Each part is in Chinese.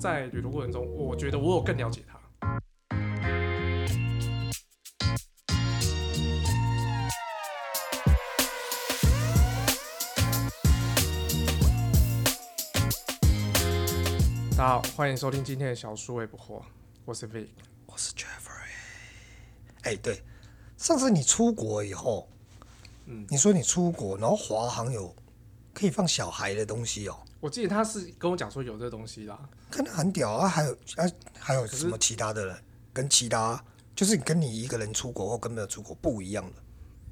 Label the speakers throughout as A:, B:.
A: 在旅途过程中，我觉得我有更了解他。大家好，欢迎收听今天的小说也不惑，我是 Vic。
B: 我是 Jeffrey。哎，对，上次你出国以后，
A: 嗯
B: 你说你出国，然后华航有可以放小孩的东西哦，
A: 我记得他是跟我讲说有这东西啦，
B: 看着很屌啊。还有啊，还有
A: 是
B: 什么其他的人跟其他，就是跟你一个人出国或跟没有出国不一样的。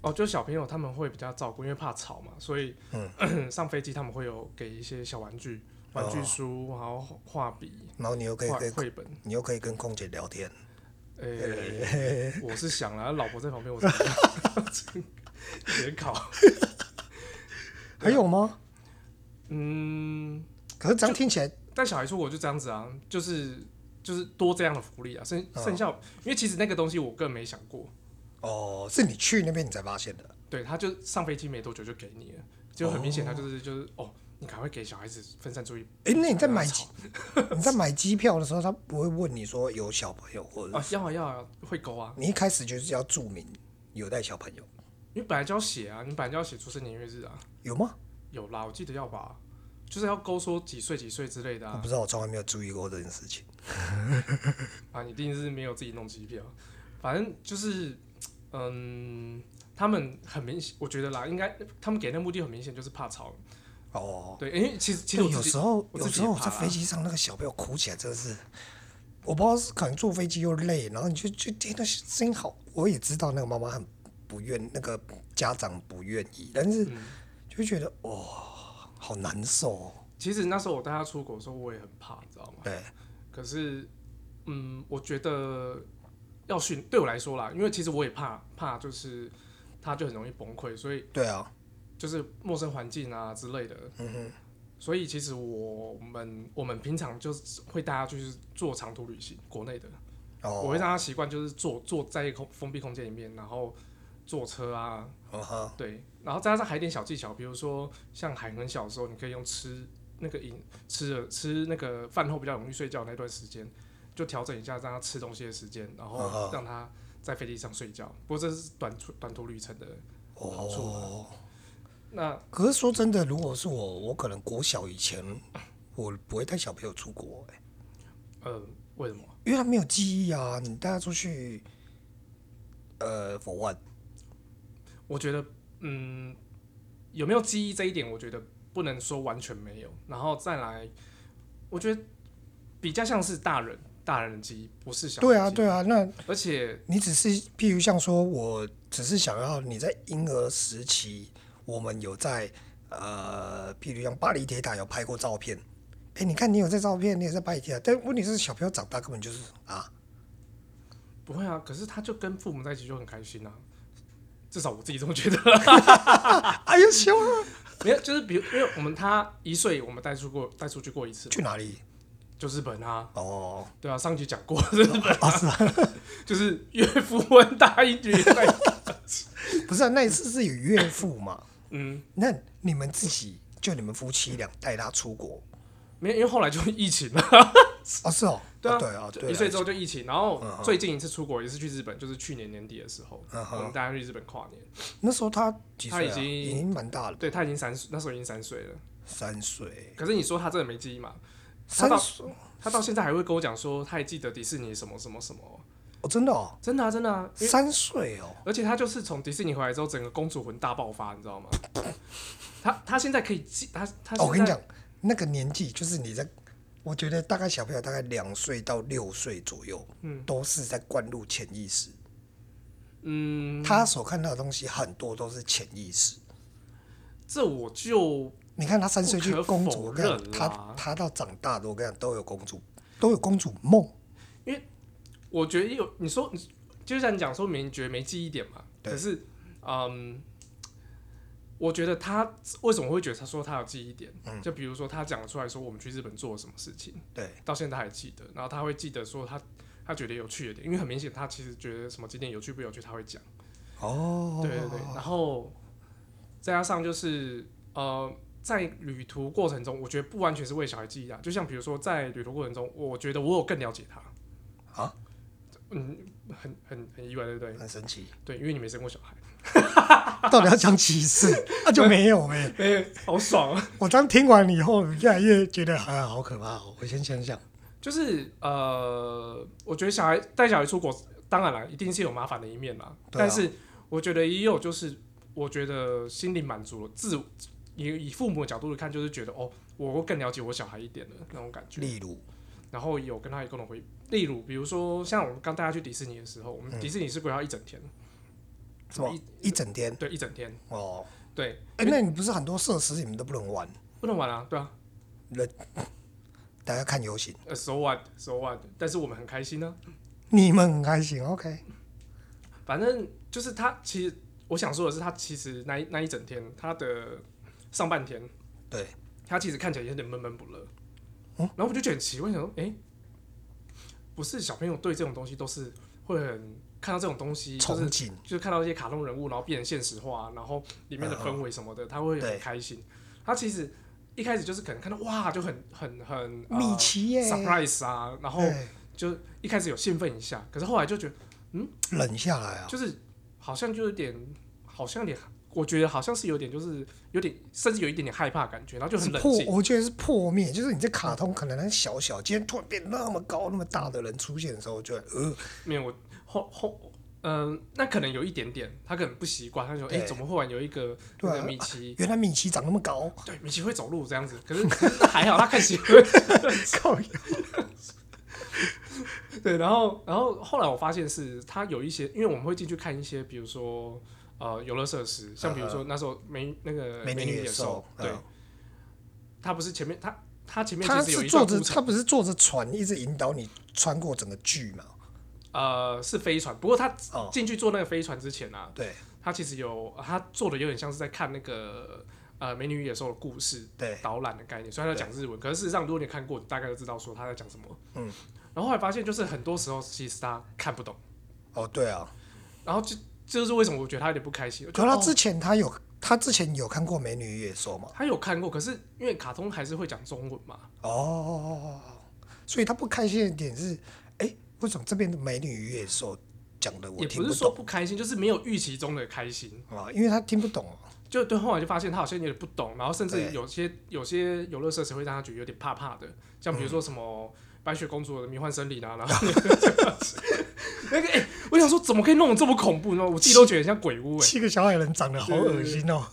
A: 哦，就小朋友他们会比较照顾，因为怕吵嘛，所以、 上飞机他们会有给一些小玩具、玩具书，然后画笔、
B: 然后你又可以
A: 画
B: 跟
A: 绘本。
B: 你又可以跟空姐聊天，
A: 哎、我是想了，老婆在旁边，我怎么样别考？
B: 还有吗？
A: 啊嗯，
B: 可是这样听起来，
A: 带小孩出国就这样子啊，就是就是多这样的福利啊，剩剩下，因为其实那个东西我更没想过，
B: 哦，是你去那边你才发现的。
A: 对，他就上飞机没多久就给你了，就很明显，他就是、就是哦，你赶快给小孩子分散注意力
B: 哎、那你在买
A: 不要
B: 机
A: 吵
B: 你在买机票的时候，他不会问你说有小朋友，或者
A: 啊，要啊要啊，会勾啊，
B: 你一开始就是要注明有带小朋友，
A: 因为本来就要写啊，你本来就要写出生年月日啊，
B: 有吗？
A: 有啦，我记得要吧，就是要勾说几岁几岁之类的
B: 我
A: 啊
B: 不，知道，我从来没有注意过这件事情。
A: 啊，你一定是没有自己弄机票，反正就是，嗯，他们很明显，我觉得啦，应该他们给那目的很明显就是怕吵，
B: 哦，
A: 对，因为其实其实
B: 对，
A: 我
B: 有
A: 自己
B: 时候
A: 我
B: 有
A: 自己
B: 时候
A: 也怕啊
B: 在
A: 啦
B: 飞机上那个小朋友哭起来，真的是，我不知道是可能坐飞机又累，然后你就就听到声音好，我也知道那个妈妈很不愿，那个家长不愿意，但是
A: 嗯
B: 就会觉得哇、好难受、哦。
A: 其实那时候我带他出国的时候，我也很怕，你知道吗？
B: 对，
A: 可是，嗯，我觉得要训对我来说啦，因为其实我也怕怕，就是他就很容易崩溃，所以
B: 对啊，
A: 就是陌生环境啊之类的。嗯所以其实我们我们平常就是会带他去做长途旅行，国内的，我
B: 哦，
A: 会让他习惯就是坐坐在一个空封闭空间里面，然后坐车啊，
B: 嗯哼，
A: 对，然后再加上还有一点小技巧，比如说像海很小的时候，你可以用吃那个饮吃了吃那个饭后比较容易睡觉那段时间，就调整一下让他吃东西的时间，然
B: 嗯
A: 后
B: 哼
A: 让他在飞机上睡觉。不过这是短途短途旅程的好处啊。
B: 哦。
A: 那
B: 可是说真的，如果是我，我可能国小以前，我不会带小朋友出国、欸，
A: 呃，为什么？
B: 因为他没有记忆啊。你带他出去，呃，for what？
A: 我觉得，嗯，有没有记忆这一点，我觉得不能说完全没有。然后再来，我觉得比较像是大人大人的记忆，不是小
B: 对
A: 孩
B: 啊，
A: 的记忆
B: 对啊，那
A: 而且
B: 你只是，譬如像说，我只是想要你在婴儿时期，我们有在呃，譬如像巴黎铁塔有拍过照片。哎、你看你有在照片，你也在巴黎铁塔，但问题是小朋友长大根本就是啊，
A: 不会啊，可是他就跟父母在一起就很开心啊，至少我自己这么觉得。
B: 哎呦，笑啊！
A: 没有，就是比如，因为我们他一岁，我们带出过带出去过一次嘛，
B: 去哪里？
A: 就日本啊，
B: 哦，
A: 对啊，上集讲过日本，
B: 啊是啊，
A: 就是岳父问大一局，
B: 不是啊，那一次是有岳父嘛？
A: 嗯，
B: 那你们自己就你们夫妻俩带他出国？
A: 没有，因为后来就疫情了，
B: 哦，是哦，
A: 对啊
B: 对啊，
A: 就
B: 对啊，嗯
A: 一岁之后就疫情，然后最近一次出国也是去日本，就是去年年底的时候，
B: 嗯哼
A: 我们带他去日本跨年，
B: 那时候他几岁、
A: 他已
B: 啊？
A: 经
B: 已经蛮大了，
A: 对他已经三岁，那时候已经三岁了，
B: 三岁，
A: 可是你说他真的没记忆吗？他到
B: 三岁，
A: 他到现在还会跟我讲说，他还记得迪士尼什么什么什么，
B: 哦，真的哦，
A: 真的啊，真的啊，因为
B: 三岁哦，
A: 而且他就是从迪士尼回来之后，整个公主魂大爆发，你知道吗？他他现在可以记他他现在、
B: 哦我跟你讲，那个年纪就是你在，我觉得大概小朋友大概两岁到六岁左右，
A: 嗯
B: 都是在灌入潜意识，
A: 嗯，
B: 他所看到的东西很多都是潜意识。
A: 这我就
B: 你看他三岁去
A: 不可
B: 公
A: 否
B: 主，我跟你
A: 认
B: 讲，他
A: 啦
B: 他到长大的，我跟你讲都有公主，都有公主梦。
A: 我觉得有你说，你就像你讲说，没觉得没记忆点嘛，
B: 对
A: 可是嗯，我觉得他为什么会觉得他说他有记忆点？
B: 嗯
A: 就比如说他讲出来说我们去日本做了什么事情，
B: 对，
A: 到现在还记得，然后他会记得说他他觉得有趣的点，因为很明显他其实觉得什么景点有趣不有趣，他会讲。
B: 哦，
A: 对对对，然后再加上就是呃，在旅途过程中，我觉得不完全是为小孩记忆啊，就像比如说在旅途过程中，我觉得我有更了解他。
B: 啊，
A: 嗯，很很很意外，对不对？
B: 很神奇。
A: 对，因为你没生过小孩，
B: 到底要讲几次？那、就没有呗、
A: 哎、好爽啊！
B: 我刚听完以后，越来越觉得啊，好可怕、哦。我先想想，
A: 就是呃，我觉得小孩带小孩出国，当然了，一定是有麻烦的一面啦。
B: 对啊
A: 但是我觉得也有，就是我觉得心灵满足了，自以以父母的角度来看，就是觉得哦，我更了解我小孩一点的那种感觉。
B: 例如，
A: 然后有跟他有共同回忆，例如比如说像我们刚带他去迪士尼的时候，我们迪士尼是规划一整天，
B: 什么一整天
A: 对，一整天，
B: 哦？
A: 对，
B: 哎、那你不是很多设施你们都不能玩？
A: 不能玩啊，对啊，
B: 大家看游行，
A: 呃，so what，so what，但是我们很开心啊呢、
B: 你们很开心，OK？
A: 反正就是他其实我想说的是，他其实那一那一整天他的上半天，
B: 对，哦
A: 他其实看起来有点闷闷不乐，然后我就觉得很奇怪，想说，哎、不是小朋友对这种东西都是会很看到这种东西就
B: 憧
A: 是
B: 憬，
A: 就是看到一些卡通人物，然后变成现实化，然后里面的氛围什么的，他会
B: 对
A: 很开心。他其实一开始就是可能看到哇，就很很很、呃、
B: 米奇耶、哎
A: surprise 啊，然后
B: 对
A: 就一开始有兴奋一下，可是后来就觉得
B: 冷下来啊，
A: 就是好像就有点，好像有点，我觉得好像是有点就是有点，甚至有一点点害怕的感觉，然后就是很冷
B: 破，
A: 静。
B: 我觉得是破灭，就是你在卡通可能很小小，今天突然变那么高那么大的人出现的时候，我觉得呃，
A: 没有，我后后。嗯，那可能有一点点，他可能不习惯，他就说：“哎、
B: 对
A: 怎么忽然有一个
B: 对
A: 那
B: 啊
A: 个米奇？
B: 原来米奇长那 么高，
A: 对，米奇会走路这样子。” 可是还好，他看起来
B: 靠，
A: 对，然后然后后来我发现是它有一些，因为我们会进去看一些，比如说呃游乐设施，像比如说那时候美那个
B: 美
A: 美
B: 女
A: 女
B: 野兽
A: 兽，对
B: 嗯，
A: 它不是前面它它前面
B: 他
A: 其实有
B: 是
A: 一
B: 坐
A: 段
B: 着
A: 路
B: 他
A: 程，
B: 不是坐着船一直引导你穿过整个剧嘛？
A: 呃是飞船，不过它
B: 哦，
A: 进去坐那个飞船之前啊，
B: 对
A: 它其实有它做的有点像是在看那个呃美女与野兽的故事，
B: 对，
A: 导览的概念，虽然他讲日文，可是事实上如果你看过，你大概就知道说他在讲什么。
B: 嗯，
A: 然后后来发现就是很多时候其实他看不懂，
B: 哦对啊，
A: 然后就这就是为什么我觉得他有点不开心。我觉
B: 可
A: 得
B: 他
A: 哦
B: 之前他有他之前有看过《美女与野兽》嘛？
A: 他有看过，可是因为卡通还是会讲中文嘛，
B: 哦，所以他不开心的点是，哎、为什么这边的《美女与野兽》讲的我
A: 也
B: 听
A: 不是说
B: 懂
A: 不开心，就是没有预期中的开心。
B: 啊？因为他听不懂
A: 就对，后来就发现他好像有点不懂，然后甚至
B: 对
A: 有些有些游乐设施会让他觉得有点怕怕的，像比如
B: 嗯
A: 说什么白雪公主的迷幻森林啊，然 后那个哎、我想说怎么可以弄得这么恐怖呢？我自己都觉得很像鬼屋哎、
B: 七个小矮人长得好恶心哦、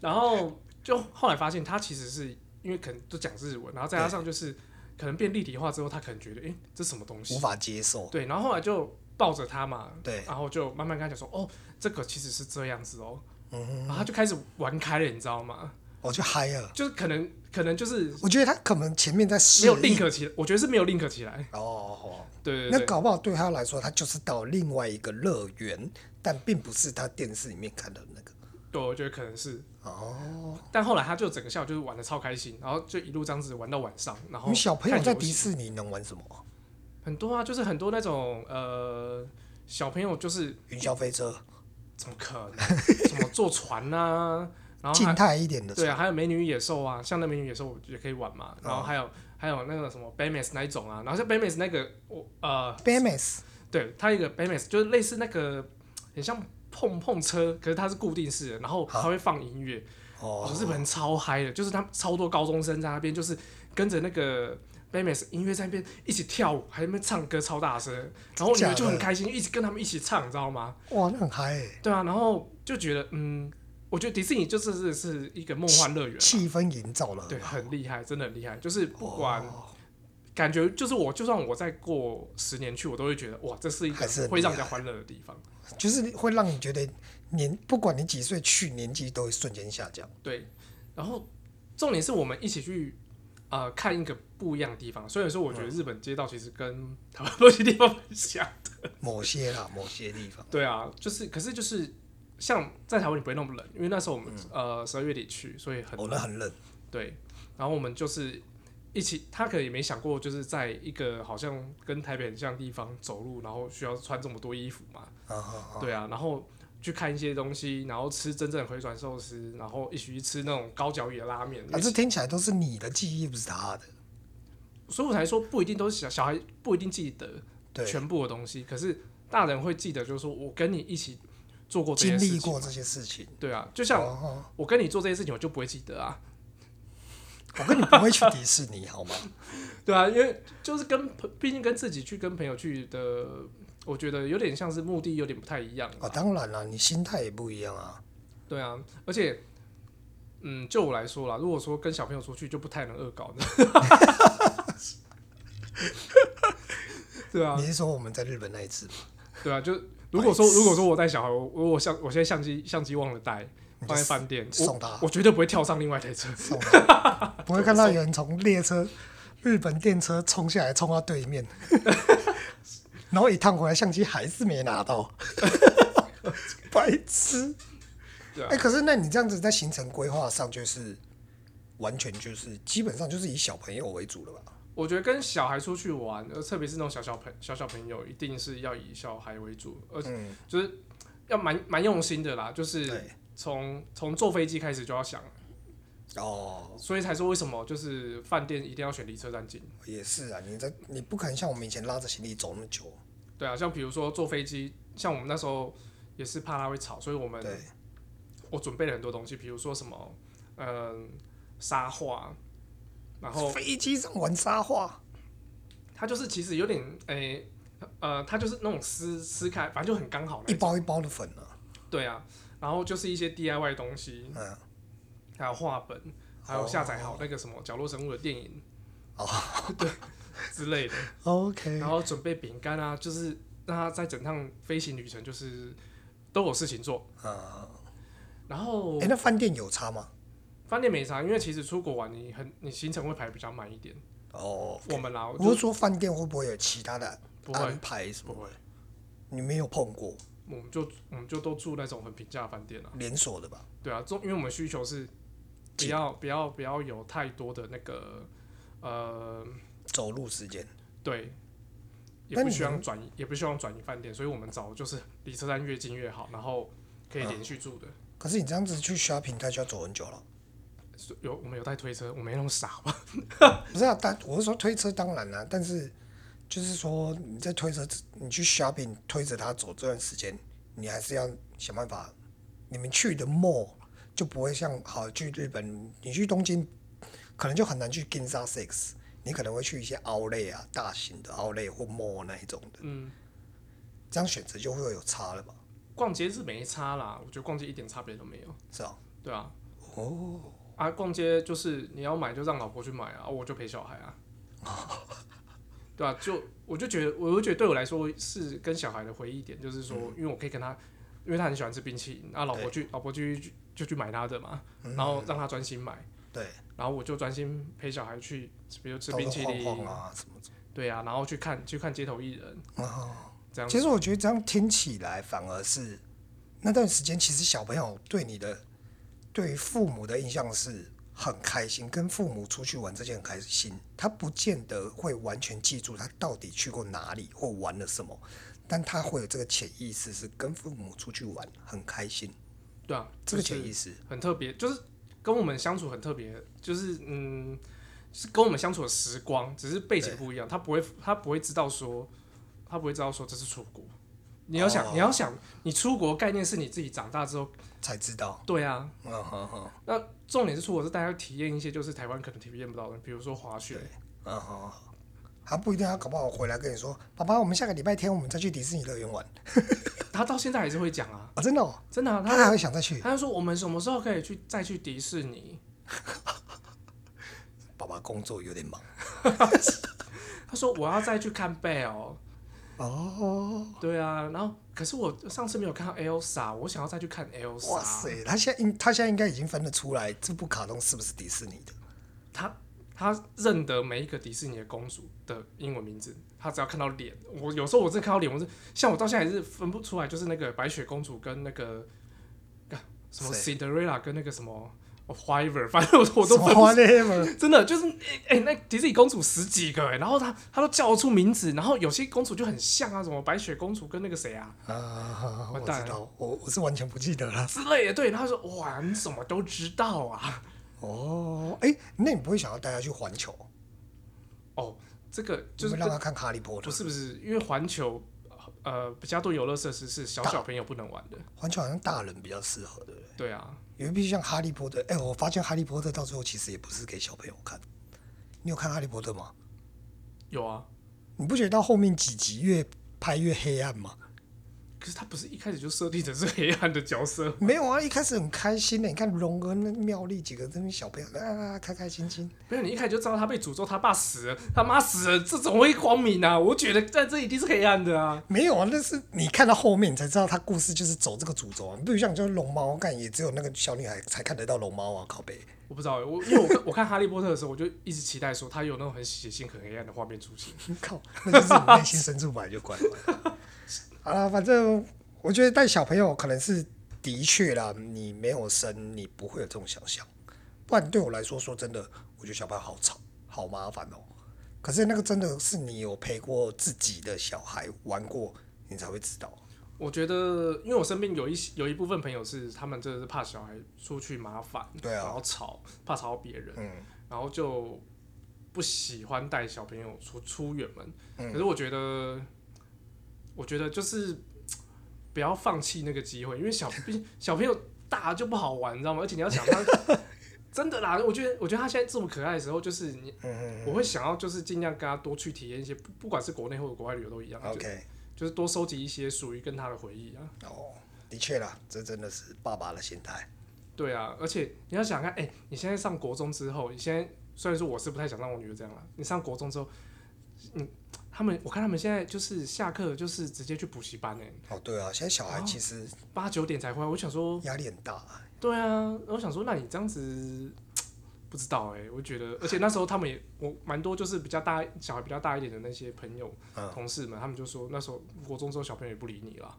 A: 然后就后来发现他其实是因为可能都讲日文，然后再加上就是可能变立体化之后，他可能觉得哎、诶这什么东
B: 无
A: 西？
B: 法接受。
A: 对，然后后来就抱着他嘛，
B: 对，
A: 然后就慢慢跟他讲说哦，这个其实是这样子哦，
B: 嗯
A: 然后他就开始玩开了，你知道吗？
B: 我哦就嗨了。
A: 就是可能可能就是
B: 我觉得他可能前面在
A: 没
B: 适
A: 有
B: 应
A: link 起来，我觉得是没有 link 起来，
B: 哦，
A: 对对
B: 那
A: 对。
B: 搞不好对他来说，他就是到另外一个乐园，但并不是他电视里面看的那个。
A: 对，我觉得可能是，
B: 哦，
A: 但后来他就整个下午就是玩的超开心，然后就一路这样子玩到晚上，然
B: 你
A: 后
B: 们小朋友
A: 看
B: 在
A: 游戏
B: 迪士尼能玩什么？
A: 很多啊，就是很多那种呃小朋友就是
B: 云霄飞车，
A: 怎么可 能？什么坐船啊，然后
B: 静
A: 还
B: 态一点的。
A: 对啊，还有美女与野兽啊，像那美女与野兽也可以玩嘛。然后
B: 哦
A: 还有、还有那个什么 Baymax 那一种啊，然后像 Baymax 那个我呃，
B: b a m a s
A: 对，它有一个 Baymax 就是类似那个很像碰碰车，可是它是固定式的，然后它会放音乐。
B: 哦
A: 哦，，日本人超嗨的，就是他们超多高中生在那边，就是跟着那个 Baymax 音乐在那边一起跳舞，还在那边唱歌超大声，然后女
B: 假
A: 儿
B: 的
A: 就很开心，一直跟他们一起唱，你知道吗？
B: 哇，那很嗨欸，
A: 对啊，然后就觉得，嗯，我觉得迪士尼就是是是一个梦幻乐园嘛，
B: 气氛营造了。
A: 对，很厉害，真的很厉害。就是不管、
B: 哦
A: 感觉，就是我就算我再过十年去，我都会觉得哇，这是一
B: 还
A: 个
B: 是很
A: 会让
B: 厉
A: 人
B: 害
A: 家欢乐的地方。
B: 就是会让你觉得年不管你几岁去，年纪都会瞬间下 降。
A: 对，然后重点是我们一起去呃看一个不一样的地方。虽然说我觉得日本街道其实跟台湾某些地方很像，
B: 某些啦，某些地方，
A: 对啊，就是可是就是像在台湾你不会那么冷，因为那时候我们、呃十二月底去，所以很
B: 哦
A: 冷，。
B: 那很冷。
A: 对，然后我们就是一起，他可能也没想过，就是在一个好像跟台北很像的地方走路，然后需要穿这么多衣服嘛，
B: 啊啊啊！
A: 对啊，然后去看一些东西，然后吃真正的回转寿司，然后一起去吃那种高脚椅的拉面。
B: 啊，这听起来都是你的记忆，不是他的。
A: 所以我才说不一定都是小小孩不一定记得
B: 对，
A: 全部的东西，可是大人会记得，就是说我跟你一起做过这
B: 经
A: 些事
B: 历
A: 情
B: 过。这些事情。
A: 对啊，就像
B: 哦
A: 我跟你做这些事情，我就不会记得啊。
B: 我跟你不会去迪士尼，好吗？
A: 对啊，因为就是跟朋毕竟跟自己去跟朋友去的，我觉得有点像是目的有点不太一样啊。
B: 哦，当然了，你心态也不一样啊。
A: 对啊，而且，嗯，就我来说啦，如果说跟小朋友出去，就不太能恶搞的。 对啊
B: 你，是说我们在日本那一次吗？
A: 对 啊，就如果说
B: 白痴
A: 如果说我带小孩，我我相我现在相机相机忘了带，
B: 你就
A: 放在饭店，
B: 送
A: 我
B: 他，
A: 我绝对不会跳上另外一台 车。
B: 送他，不会看到有人从列车、日本电车冲下来，冲到 对面，然后一趟回来相机还是没 拿到，白痴。
A: 对啊
B: 哎、可是那你这样子在行程规划上就是完全就是基本上就是以小朋友为主了吧？
A: 我觉得跟小孩出去玩，呃，特别是那种小小朋小小朋友，一定是要以小孩为主，而且
B: 嗯，
A: 就是要蛮蛮用心的啦，就是
B: 对，
A: 从从坐飞机开始就要想，
B: 哦，
A: 所以才说为什么就是饭店一定要选离车站近。
B: 也是啊，你在你不可能像我们以前拉着行李走那么久，
A: 对啊，像比如说坐飞机，像我们那时候也是怕他会吵，所以我们
B: 对，
A: 我准备了很多东西，比如说什么嗯、沙画，然后
B: 飞机上玩沙画，
A: 它就是其实有点诶、呃，它就是那种撕撕开，反正就很刚好那
B: 一
A: 一种。
B: 包一包的粉啊，
A: 对啊，然后就是一些 DIY 的东西，
B: 嗯，
A: 还有画本，还有下载好那个什么角落生物的电影
B: 哦，
A: 对之类的，
B: ，OK，
A: 然后准备饼干啊，就是让他在整趟飞行旅程就是都有事情做。
B: 啊，
A: 然后
B: 哎、那饭店有差吗？
A: 饭店没啥，因为其实出国玩你很你行程会排比较满一点。
B: 哦，
A: 我们啦，我
B: 我
A: 就是
B: 说饭店会不会有其他的
A: 不会
B: 安排什
A: 不
B: 么？
A: 会，
B: 你没有碰过
A: 我们就我们就都住那种很平价的饭店啦。
B: 连锁的吧？
A: 对啊，中因为我们需求是不
B: 近
A: 要不要不要有太多的那个呃
B: 走路时间
A: 对，也
B: 但
A: 不
B: 你
A: 希望
B: 们
A: 转移，也不希望转移饭店，所以我们找就是离车站越近越好，然后可以连续住的。
B: 可是你这样子去 shopping，它就要走很久了。
A: 所有我们有带推车，我没那么傻吧？
B: 不是啊，但我是说推车当然啦、但是就是说你在推车，你去 shopping 推着它走这段时间，你还是要想办法。你们去的 mall 就不会像好去日本，你去东京可能就很难去 Ginza Six，你可能会去一些 outlet 啊，大型的 outlet 或 mall 那一种的，
A: 嗯，
B: 这样选择就会有差了吧？
A: 逛街是没差啦，我觉得逛街一点差别都没有。
B: 是啊，
A: 对啊，
B: 哦，
A: 啊，逛街就是你要买就让老婆去买啊，我就陪小孩 啊。对啊，就我就觉得，我就觉得对我来说是跟小孩的回忆点，就是说，
B: 嗯
A: 因为我可以跟他，因为他很喜欢吃冰淇淋，啊，老婆去，老婆就去就去买他的嘛，
B: 嗯
A: 然后让他专心买。
B: 对，
A: 然后我就专心陪小孩去，比如吃
B: 到
A: 冰
B: 处
A: 淇
B: 晃
A: 淋，
B: 晃啊什么
A: 对啊，然后去看去看街头艺人，
B: 的。哦，
A: 这样
B: 其实我觉得这样听起来反而是那段时间，其实小朋友对你的对于父母的印象是很开心，跟父母出去玩这件很开心，他不见得会完全记住他到底去过哪里或玩了什么。但他会有这个潜意识，是跟父母出去玩很开心，
A: 对啊，
B: 这个
A: 就
B: 潜
A: 是
B: 意识
A: 很特别，就是跟我们相处很特别，就是嗯，是跟我们相处的时光，只是背景
B: 对
A: 不一样，他不会他不会知道说，他不会知道说这是出国。你要想，
B: 哦
A: 你要想，你出国概念是你自己长大之后，
B: 才知道。
A: 对啊，
B: 嗯哼哼，
A: 那重点是出国是大家要体验一些就是台湾可能体验不到的，比如说滑雪，
B: 嗯哼哼，他不一定，他搞不好回来跟你说，爸爸，我们下个礼拜天我们再去迪士尼乐园玩
A: 他到现在还是会讲啊，
B: 啊！真的、哦，
A: 真的啊、
B: 他还会想再去。
A: 他就说我们什么时候可以去再去迪士尼？
B: 爸爸工作有点忙。
A: 他说我要再去看贝哦。
B: 哦，
A: 对啊，然后可是我上次没有看到 Elsa，我想要再去看 Elsa。
B: 哇！塞，他现在应他现在应该已经分得出来这部卡通是不是迪士尼的？
A: 他他认得每一个迪士尼的公主的英文名字，他只要看到脸，我有时候我真的看到脸，我是像我到现在还是分不出来，就是那个白雪公主跟那个、啊、什么
B: 谁
A: Cinderella 跟那个什么哦 whatever，反正我我都分不
B: 花 never，
A: 真的就是，哎、欸那迪士尼公主十几个哎、然后她她都叫得出名字，然后有些公主就很像啊，什么白雪公主跟那个谁啊
B: 啊，我
A: 完蛋
B: 知道，我我是完全不记得了。
A: 之类的，对，然后她说哇，你怎么都知道啊？
B: 哦，哎、那你不会想要带他去环球，
A: 哦，这个就
B: 就是是让他看哈利波
A: 不
B: 特？
A: 是不是，因为环球呃比较多游乐设施是小小朋友不能玩的，
B: 环球好像大人比较适合，对不对？
A: 对啊，
B: 因为必须像哈利波特，哎、我发现哈利波特到最后其实也不是给小朋友看。你有看哈利波特吗？
A: 有啊，
B: 你不觉得到后面几集越拍越黑暗吗？
A: 可是他不是一开始就设定的是黑暗的角色，
B: 没有啊，一开始很开心的、你看荣恩、那妙丽几个这边小朋友啊，开开心心。
A: 没有你一开始就知道他被诅咒，他爸死了，他妈死了，这怎么会光明啊？我觉得但这一定是黑暗的啊，
B: 没有啊，那是你看到后面你才知道他故事就是走这个主轴啊。比如像就是龙猫，干也只有那个小女孩才看得到龙猫啊，靠北。
A: 我不知道欸，我因为我看 我看哈利波特的时候，我就一直期待说他有那种很血腥、很黑暗的画面出现。
B: 靠， 那就是你内心深处本来就关了。好啦，反正我觉得带小朋友可能是的确啦，你没有生，你不会有这种想象。不然对我来说，说真的，我觉得小朋友好吵，好麻烦哦、可是那个真的是你有陪过自己的小孩玩过，你才会知道。
A: 我觉得，因为我身边有一些有一部分朋友是他们真的是怕小孩出去麻烦，
B: 对啊
A: 然后吵，怕吵到别人，
B: 嗯
A: 然后就不喜欢带小朋友出出远门。
B: 嗯
A: 可是我觉得，我觉得就是不要放弃那个机会，因为 小毕竟小朋友大就不好玩，你知道吗？而且你要想 他，真的啦，我觉得我觉得他现在这么可爱的时候，就是你
B: 嗯
A: 我会想要就是尽量跟他多去体验一些，不不管是国内或者国外旅游都一样
B: 嗯，OK，
A: 就就是多收集一些属于跟他的回忆啊。
B: 哦，的确啦，这真的是爸爸的心态。
A: 对啊，而且你要想看，哎、你现在上国中之后，你现在虽然说我是不太想让我女儿这样啦，你上国中之后，嗯，他们我看他们现在就是下课就是直接去补习班哎、
B: 哦，对啊，现在小孩其实
A: 八九点才回来。我想说，
B: 压力很大啊、
A: 对啊，我想说，那你这样子。不知道哎、我觉得，而且那时候他们也，我蛮多就是比较大小孩比较大一点的那些朋友、
B: 嗯
A: 同事们，他们就说那时候国中之后小朋友也不理你了，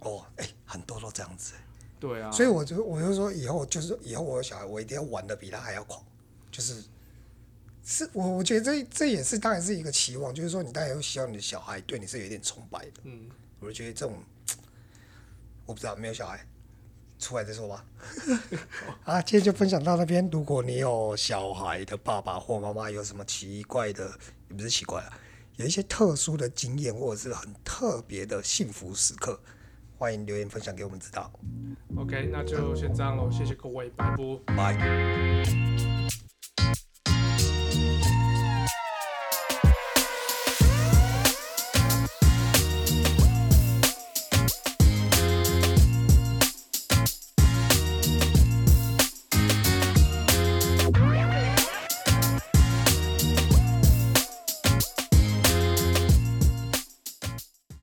B: 哦，哎、很多都这样子、
A: 对啊，
B: 所以我就我就说，以后就是以后我有小孩，我一定要玩的比他还要狂，就是是我我觉得这这也是当然是一个期望，就是说你当然会希望你的小孩对你是有一点崇拜的。
A: 嗯，
B: 我就觉得这种我不知道没有小孩，出来再说吧。啊，今天就分享到那边。如果你有小孩的爸爸或妈妈有什么奇怪的，也不是奇怪啊，有一些特殊的经验或者是很特别的幸福时刻，欢迎留言分享给我们知道。
A: OK，那就先这样喽，谢谢各位，拜拜。
B: 拜。